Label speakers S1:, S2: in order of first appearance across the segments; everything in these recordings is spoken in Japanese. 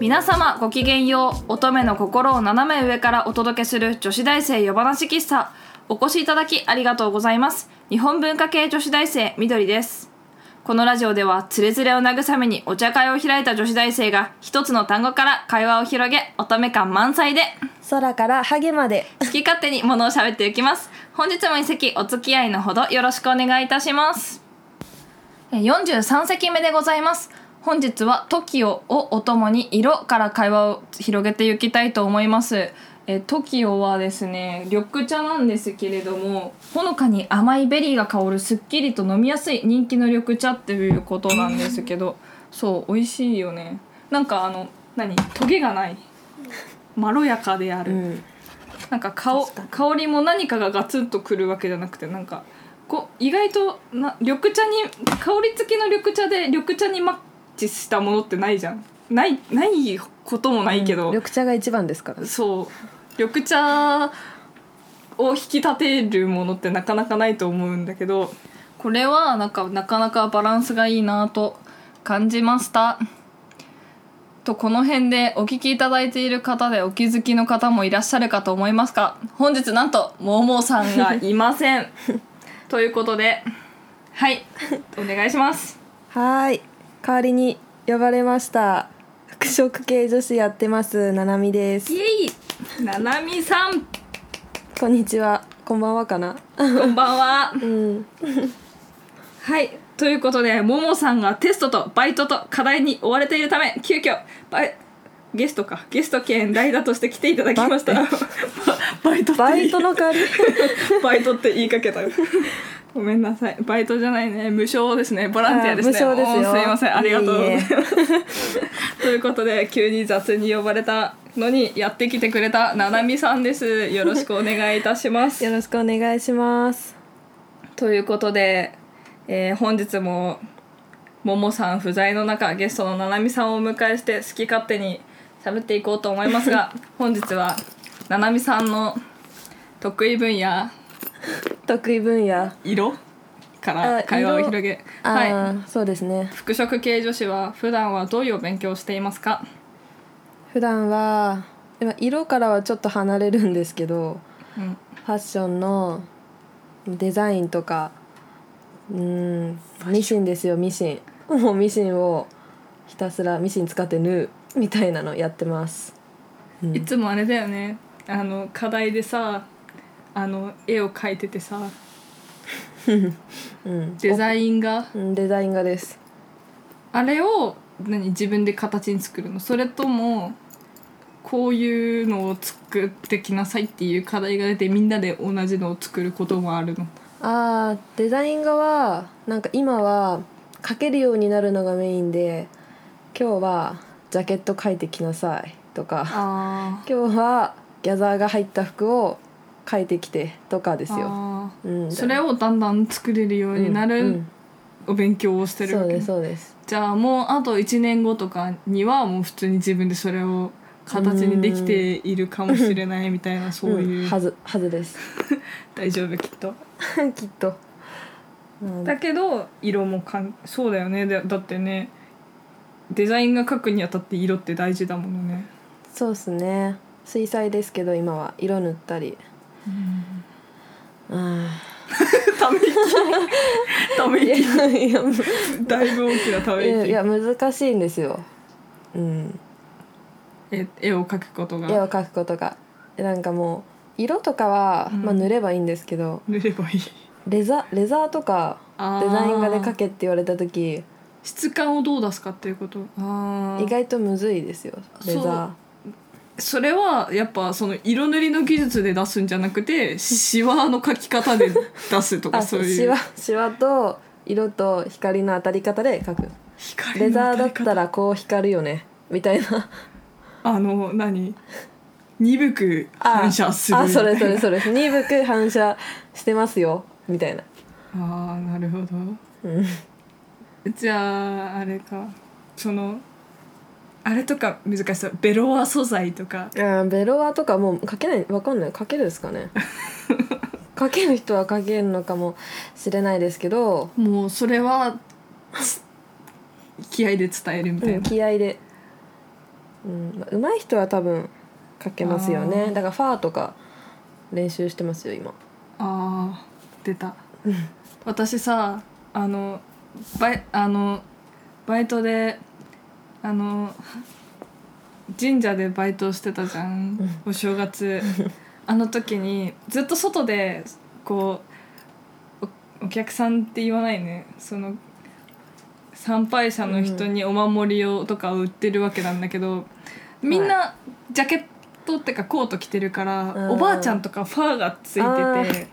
S1: 皆様ごきげんよう乙女の心を斜め上からお届けする女子大生夜話喫茶お越しいただきありがとうございます日本文化系女子大生みどりですこのラジオではつれづれを慰めにお茶会を開いた女子大生が一つの単語から会話を広げ乙女感満載で
S2: 空からハゲまで
S1: 好き勝手にものを喋っていきます本日も一席お付き合いのほどよろしくお願いいたしますえー43席目でございます本日は TOKIO をお供に色から会話を広げていきたいと思いますえー TOKIO はですね緑茶なんですけれどもほのかに甘いベリーが香るすっきりと飲みやすい人気の緑茶っていうことなんですけどそう美味しいよねなんかあの何トゲがないまろやかである、
S2: ん
S1: なんか香
S2: 確
S1: 香りも何かがガツンとくるわけじゃなくてなんかこう意外とな緑茶に香り付きの緑茶で緑茶にマッチしたものってないじゃんないないこともないけど、
S2: 緑茶が一番ですから
S1: そう緑茶を引き立てるものってなかなかないと思うんだけどこれはなんかなかなかバランスがいいなと感じましたとこの辺でお聞きいただいている方でお気づきの方もいらっしゃるかと思いますが本日なんとももさんがいません ということではいお願いします
S2: はーい代わりに呼ばれました服飾系女子やってますななみです
S1: イエイななみさん
S2: こんにちはこんばんはかな
S1: こんばんは
S2: うん
S1: はいということでももさんがテストとバイトと課題に追われているため急遽バイゲストかゲスト兼代打として来ていただきましたバ バイトって
S2: バ
S1: 言い
S2: イトの代わり
S1: バイトって言いかけたよごめんなさいバイトじゃないね無償ですねボランティアですね
S2: あー無償ですよ
S1: もうすいませんありがとうございます
S2: いえい
S1: ということで急に雑に呼ばれたのにやってきてくれたななみさんですよろしくお願いいたします
S2: よろしくお願いします
S1: ということで、えー本日もももさん不在の中ゲストのななみさんをお迎えして好き勝手に喋っていこうと思います が本日はななみさんの得意分野
S2: 得意分野
S1: 色から
S2: あ
S1: 会話を
S2: 色
S1: 広げ
S2: あ
S1: はい
S2: ー、そうですね
S1: 服飾系女子は普段はどういうお勉強をしていますか
S2: 普段は今色からはちょっと離れるんですけど
S1: うん
S2: ファッションのデザインとかうんミシンですよミシンもうミシンをひたすらミシン使って縫うみたいなのやってます、うん
S1: いつもあれだよねあの課題でさあの絵を描いててさ
S2: うん、
S1: デザインが
S2: おうんデザイン画です
S1: あれを何自分で形に作るのそれともこういうのを作ってきなさいっていう課題が出てみんなで同じのを作ることもあるの
S2: あーデザイン画はなんか今は描けるようになるのがメインで今日はジャケット描いてきなさいとか
S1: あ
S2: 今日はギャザーが入った服を描いてきてとかで
S1: です
S2: よ、うん、
S1: それをだんだん作れるようにな
S2: うんう
S1: る
S2: ん
S1: お勉強をしてる
S2: そ
S1: わ
S2: う
S1: け
S2: ですそうです
S1: じゃあもうあと1年後とかにはもう普通に自分でそれを形にできているかもしれないみたいなそういう、
S2: んはずはずです
S1: 大丈夫 きっと
S2: きっと、うん
S1: だけど色もかんそうだよねだだってねデザインが描くにあたって色って大事だものね、
S2: そうっすね水彩ですけど今は色塗ったりあ
S1: ため息た
S2: ーい
S1: め
S2: や
S1: 息
S2: いや
S1: だいぶ大きなた
S2: いや
S1: め
S2: いや
S1: 息
S2: 難しいんですよ、うん、
S1: え絵を描くこと
S2: 絵
S1: が
S2: を描くことがなんかもう色とかは、
S1: うん
S2: まあ、塗ればいいんですけど
S1: 塗れば いい
S2: レザレザーとかデザイン画で描
S1: け
S2: けって言われた時
S1: 質感をどう出すかっていうことあー
S2: 意外とむずいですよレザー
S1: それはやっぱその色塗りの技術で出すんじゃなくてシワの描き方で出すとか
S2: あ
S1: そ
S2: そうう
S1: いう
S2: シワシワと色と光の当たり方で描く
S1: 光の
S2: レザーだっ
S1: 当
S2: たらこう光るよねみたいな
S1: あの何鈍く
S2: あ
S1: 反射する
S2: あそれそれそれ鈍く反射してますよみたい な、
S1: ああなるほど
S2: うん、
S1: じゃああれかそのあれとか難しそうベロア素材とか
S2: あベロアとかもう書けないわかんない書けるですか ね書ける人は書けるのかもしれないですけど、
S1: もうそれ はつ気合で伝えるみ
S2: う
S1: たいな、
S2: ん、気合でうんまあ、上手い人は多分書けますよ
S1: あ
S2: ね
S1: ー
S2: だからファーとか練習してますよ今
S1: あー出た私さあのバイあのバイトであの神社でバイトしてたじゃんお正 月あの時にずっと外でこうおお客さんって言わないねその参拝者の人にお守りをとかを売ってるわけなんだけど、みんなジャケットってかコート着てるから、
S2: うん
S1: おばあちゃんとかファーがつい
S2: あ
S1: てて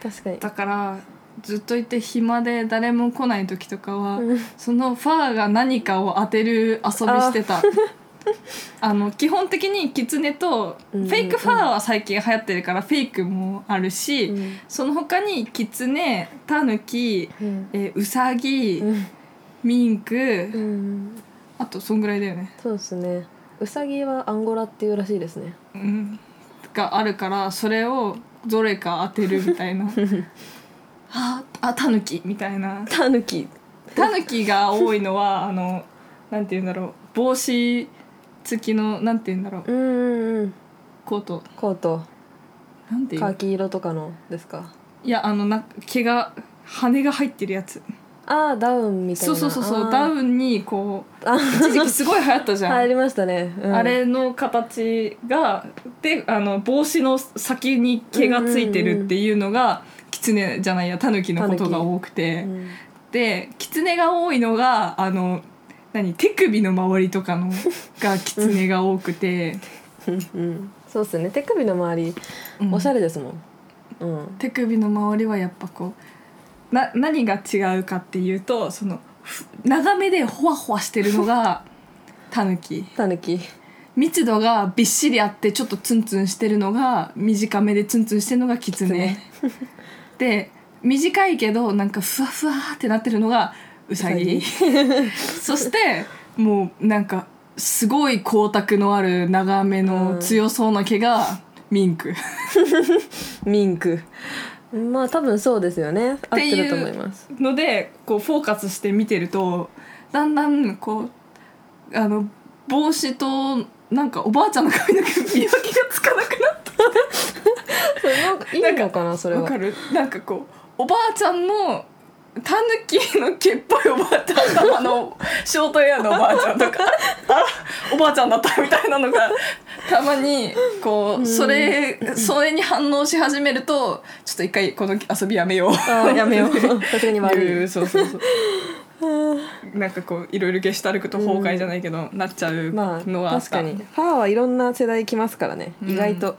S2: ー。確かに
S1: だからずっといて暇で誰も来ない時とかは、
S2: うん
S1: そのファーが何かを当てる遊びしてた あの基本的にキツネとフ
S2: うんうんうん
S1: ェイクファーは最近流行ってるからフェイクもあるし、
S2: うん
S1: その他にキツネタヌキ
S2: うん
S1: えーウサギ
S2: うん
S1: ミンク、
S2: うん
S1: あとそんぐらいだよね、
S2: そうですねウサギはアンゴラっていうらしいですね
S1: うん、があるからそれをどれか当てるみたいな ああタヌキみたいな
S2: タヌキ
S1: タヌキが多いのはあのなんて言うんだろう帽子付きのなんて言うんだろう
S2: うんうんうん
S1: コート
S2: コート
S1: なんてい
S2: カー
S1: う
S2: キ色とかのですか
S1: いやあのな毛が羽が入ってるやつ
S2: ああダウンみたい
S1: そ
S2: な
S1: うそうそうそう
S2: あー
S1: ダウンにこう
S2: あ
S1: 一時期すごい流行ったじゃん、
S2: 入りましたね、うん
S1: あれの形がであの帽子の先に毛がついてるっていうのが、キツネじゃないやタヌキのことが多くて、
S2: うん
S1: でキツネが多いのがあの何手首の周りとか のがキツネが多くて、
S2: うんそうっすね手首の周り
S1: うん
S2: おしゃれですもんうん
S1: 手首の周りはやっぱこうな何が違うかっていうとそのふ長めでホワホワしてるのがタヌキ
S2: タヌキ
S1: 密度がびっしりあってちょっとツンツンしてるのが短めでツンツンしてるのがキツネで短いけどなんかふわふわってなってるのがウサギ そしてもうなんかすごい光沢のある長め
S2: う
S1: の
S2: ん
S1: 強そうな毛がミンク、
S2: ミンクまあ多分そうですよね合
S1: て
S2: っ
S1: いう
S2: てると思います
S1: のでこうフォーカスして見てるとだんだんこうあの帽子となんかおばあちゃんの髪の毛見分けがつかなくなっ
S2: それなんかいいのかなそ
S1: た
S2: れ
S1: わか
S2: は
S1: るなんかこうおばあちゃんのタヌキの毛っぽいおばあちゃんとあ のショートヘアのおばあちゃんとかあおばあちゃんだったみたいなのがたまにこうそれそれに反応し始めるとちょっと一回この遊びやめよう
S2: あー やめよう さすがに
S1: い
S2: 悪いう
S1: そうそうそうなんかこういろいろゲシュタルクと崩壊じゃないけど、なっちゃう
S2: まあ
S1: のはあっ
S2: 確
S1: た、
S2: かにファーはいろんな世代来ますからね
S1: うん
S2: 意外と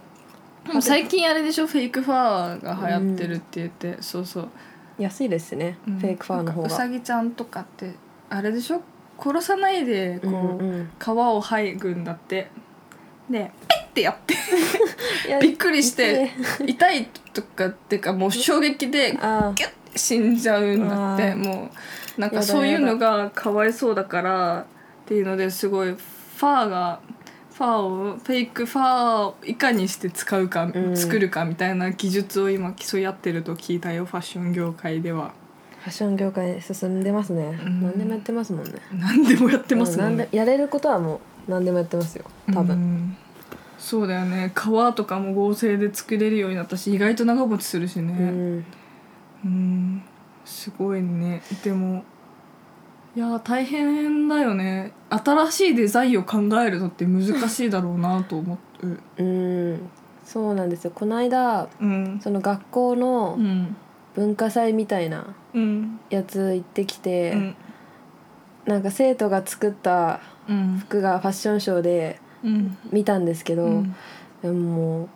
S1: でも最近あれでしょフェイクファーが流行ってるって言って、そうそう、
S2: 安いですしね
S1: う
S2: フ
S1: ん
S2: ェイクファーの方
S1: なんかう
S2: が
S1: さぎちゃんとかってあれでしょ殺さないでこう、
S2: うんうん
S1: 皮を剥ぐんだってでペッてやって
S2: いや
S1: びっくりして痛いとかっていうかもう衝撃で
S2: あ
S1: ギュッて死んじゃうんだって
S2: あー
S1: もうなん
S2: や
S1: か
S2: だ
S1: そういうのがかわいそうだからっていうのですごいファーがファーをフェイクファーをいかにして使うか、
S2: うん
S1: 作るかみたいな技術を今競い合ってると聞いたよファッション業界では
S2: ーファッション業界進んでますね
S1: ん
S2: 何でもやってますもんね
S1: 何でもやってます
S2: うん
S1: も
S2: 何
S1: ん
S2: でやれることはもう何でもやってますよ多
S1: う
S2: 分
S1: んそうだよね革とかも合成で作れるようになったし意外と長持ちするしね、
S2: うん
S1: うんすごいねでもいやー大変だよね新しいデザインを考えるのって難しいだろうなと思う
S2: うんそうなんですよこの間
S1: うん
S2: その学校の
S1: うん
S2: 文化祭みたいな
S1: うん
S2: やつ行ってきて、
S1: うん
S2: なんか生徒が作った
S1: うん
S2: 服がファッションショーで
S1: うん
S2: 見たんですけど、
S1: うん
S2: でもも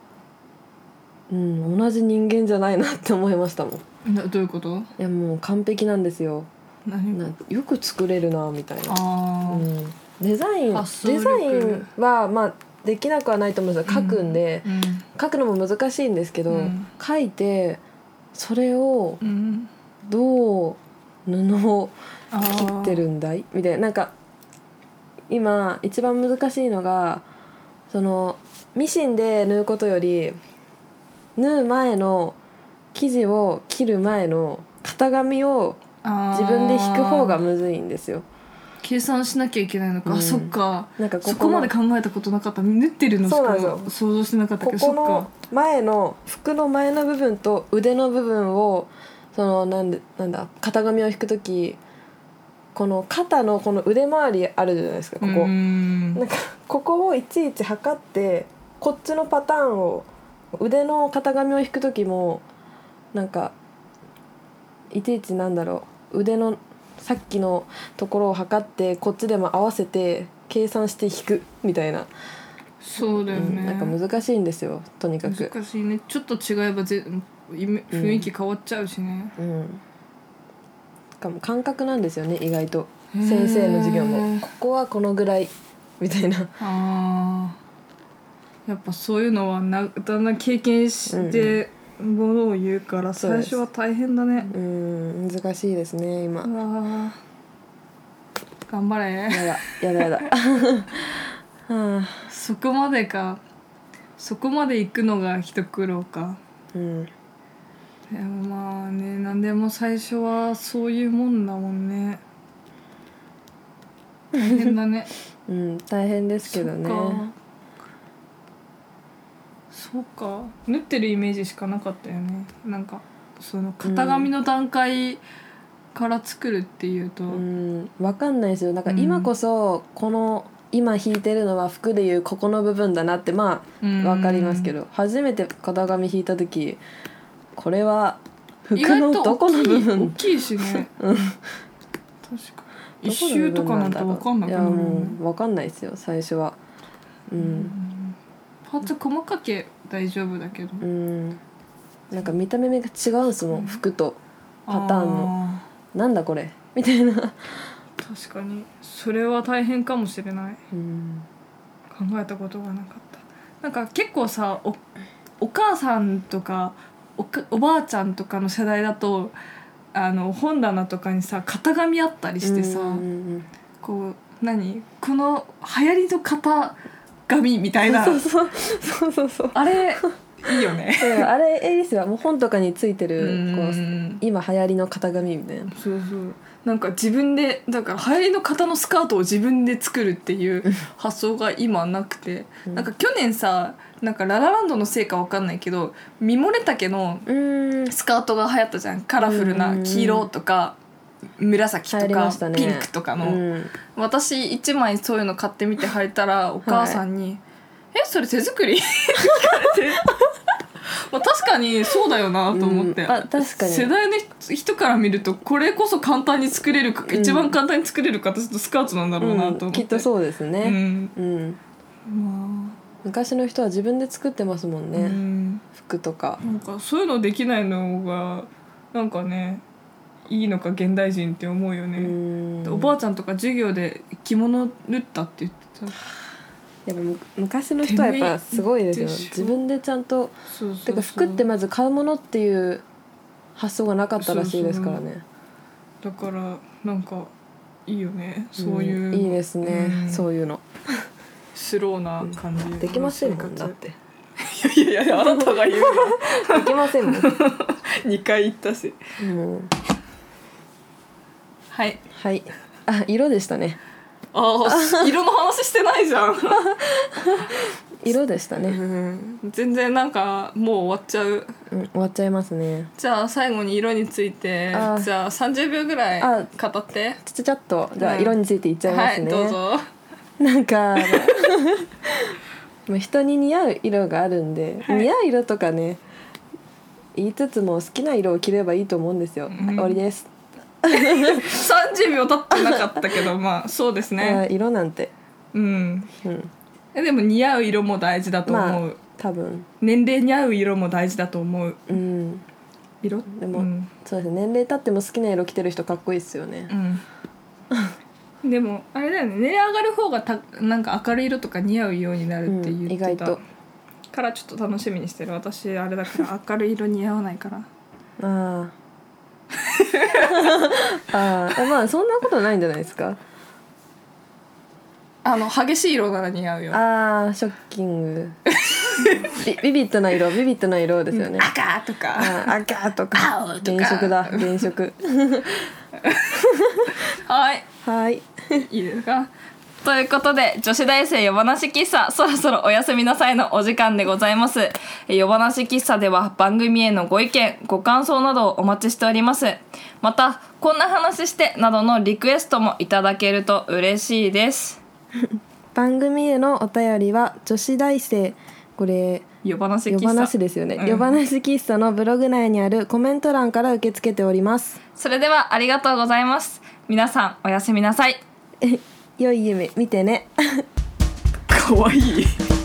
S2: う、うん、同じ人間じゃないなって思いましたもんい
S1: などういうこと
S2: やもう完璧なんですよ
S1: 何
S2: なよく作れるなみたいな、
S1: あ
S2: う
S1: ー
S2: ん、デザイン
S1: 発想力
S2: デザインはまあできなくはないと思うんですよ書くんで、
S1: うん
S2: 書くのも難しいんですけど、
S1: うん
S2: 書いてそれを
S1: うん
S2: どう布を
S1: あー
S2: 切ってるんだいみたいななんか今一番難しいのがそのミシンで縫うことより縫う前の生地を切る前の型紙を
S1: あー
S2: 自分で引く方がむずいんですよ。
S1: 計算しなきゃいけないのか、
S2: うん
S1: そっか
S2: なんかここ
S1: そ
S2: の
S1: こまで考えたことなかった縫ってるのし
S2: そうなんです
S1: か
S2: よ
S1: 想像してなかったけど
S2: ここ
S1: そっ
S2: の
S1: か
S2: 前の服の前の部分と腕の部分をそのなんでなんだ型紙を引く時この肩のこの腕周りあるじゃないですかここ、
S1: うーん
S2: なんかここをいちいち測ってこっちのパターンを腕の型紙を引く時もなんかいちいちなんだろう腕のさっきのところを測ってこっちでも合わせて計算して引くみたいな、
S1: そうだよ
S2: うん
S1: ね、
S2: なんか難しいんですよとにかく。
S1: 難しいねちょっと違えばぜイメ雰囲気変わっちゃうしね、
S2: うん、しかも感覚なんですよね意外と
S1: へー
S2: 先生の授業もここはこのぐらいみたいな
S1: あーやっぱそういうのはなだんだん経験してものを言うから
S2: そう
S1: 最
S2: で
S1: 初
S2: す
S1: は大変だね、
S2: うん難しいですね今
S1: うわー頑張れ
S2: やだやだや だはあ
S1: そこまでかそこまで行くのが一苦労か
S2: うん
S1: でもまあね何でも最初はそういうもんだもんね大変だ ね
S2: うん大変ですけどね
S1: そうかそうか縫ってるイメージしかなかったよねなんかその型紙の段階から作るっていうと、
S2: うんわかんないですよなんか今こそこの今弾いてるのは服でいうここの部分だなってま
S1: うん
S2: あわかりますけど初めて型紙弾いた時これは服
S1: 意外
S2: の
S1: と
S2: どこの
S1: 大き
S2: 部
S1: い大
S2: 分
S1: きいし ね、確かに一周とかなんて分かんなくな
S2: や
S1: るもんね
S2: もう分かんないですよ最初はうん
S1: パーツ細かけ大丈夫だけど
S2: うんなんか見た目が違うんですもん服とパターンも
S1: も
S2: なんだこれみたいな、
S1: 確かにそれは大変かもしれない
S2: うん、
S1: 考えたことがなかったなんか結構さおお母さんとかおかおばあちゃんとかの世代だとあの本棚とかにさ型紙あったりしてさ、
S2: うんうん
S1: こう何この流行りの型紙みたいな
S2: うん、そうそうそうそう
S1: あれいいよね。
S2: そうあれえいいですよもう本とかについてるこう
S1: うん
S2: 今流行りの型紙みたいな
S1: そうそうなんか自分でだから流行りの型のスカートを自分で作るっていう発想が今なくて、
S2: うん
S1: なんか去年さなんかララランドのせいかわかんないけどミモレ丈の
S2: うん
S1: スカートが流行ったじゃんカラフル
S2: うんうん
S1: な
S2: うん
S1: 黄色とか紫と
S2: 流行りま
S1: か、
S2: したね
S1: ピンクとかの、
S2: うん
S1: 私一枚そういうの買ってみて履いたらお母さんに「えそれ手作 り? 」って聞かれて。まあ、確かにそうだよなと思って、
S2: うんあ確かに
S1: 世代の人から見るとこれこそ簡単に作れるか、
S2: ん
S1: 一番簡単に作れる形のスカートなんだろうなと思って、
S2: うんきっとそうです
S1: う
S2: ね、
S1: ん
S2: うん、
S1: ま
S2: 昔の人は自分で作ってますもん
S1: あ、
S2: ね、
S1: うん
S2: 服とか
S1: なんかそういうのできないのがなんかねいいのか現代人って思うよね、
S2: うん
S1: おばあちゃんとか授業で着物縫ったって言ってた
S2: やっぱむ昔の人はやっぱすごいですよ
S1: 手縫いでしょ
S2: 自分でちゃんと
S1: そうそうそう
S2: てか服ってまず買うものっていう発想がなかったらしいですからね
S1: だからなんかいいよねそういう、
S2: んいいですね、
S1: うん
S2: そういうの
S1: スローな感じ、
S2: できませんもんだって
S1: いやいやいやあなたが言う
S2: できませんもん
S1: 2回言ったし
S2: もう
S1: はい
S2: はいあ色でしたね
S1: ああ 色の話してないじゃん、
S2: 色でしたね、
S1: 全然なんかもう終わっちゃう
S2: うん、終わっちゃいますね
S1: じゃあ最後に色について
S2: あー
S1: じゃあ30秒ぐら
S2: あ
S1: い語って
S2: ちゃちゃちゃっとじゃあ
S1: うん
S2: 色についていっちゃいま
S1: は
S2: す
S1: い
S2: ね、
S1: どうぞ
S2: な んかもう人に似合う色があるんで、
S1: はい
S2: 似合う色とかね言いつつも好きな色を着ればいいと思うんですよ、
S1: ん
S2: 終わりです、
S1: 30秒経ってなかったけど まあそうです
S2: あ
S1: ね
S2: ー色なんて
S1: うん
S2: うん
S1: えでも似合う色も大事だと思う、
S2: まあ多分
S1: 年齢に合う色も大事だと思う
S2: うん
S1: 色
S2: でも、
S1: うん
S2: そうですね年齢経っても好きな色着てる人かっこいいですよね、
S1: うん、 でもあれだよね寝上がる方がたなんか明るい色とか似合うようになるって
S2: うん
S1: 言
S2: 意
S1: って
S2: 外
S1: た、
S2: と
S1: からちょっと楽しみにしてる私あれだから 明るい色似合わないから
S2: あああー まあそんなことないんじゃないですか
S1: あの激しい色なら似合うよ
S2: ああショッキン グビビビッドな色ビビッドな色ですよね、
S1: 赤とか
S2: あー赤とか
S1: 青とか
S2: 原色だ原色
S1: はい
S2: はい
S1: いいですかということで女子大生夜話喫茶そろそろおやすみなさいのお時間でございますえー夜話喫茶では番組へのご意見ご感想などをお待ちしておりますまたこんな話してなどのリクエストもいただけると嬉しいです
S2: 番組へのお便りは女子大生これ
S1: 夜話喫
S2: 夜
S1: 茶
S2: 話ですよね、
S1: うん
S2: 夜話喫茶のブログ内にあるコメント欄から受け付けております
S1: それではありがとうございます皆さんおやすみなさい
S2: え良い夢見てね
S1: かわいい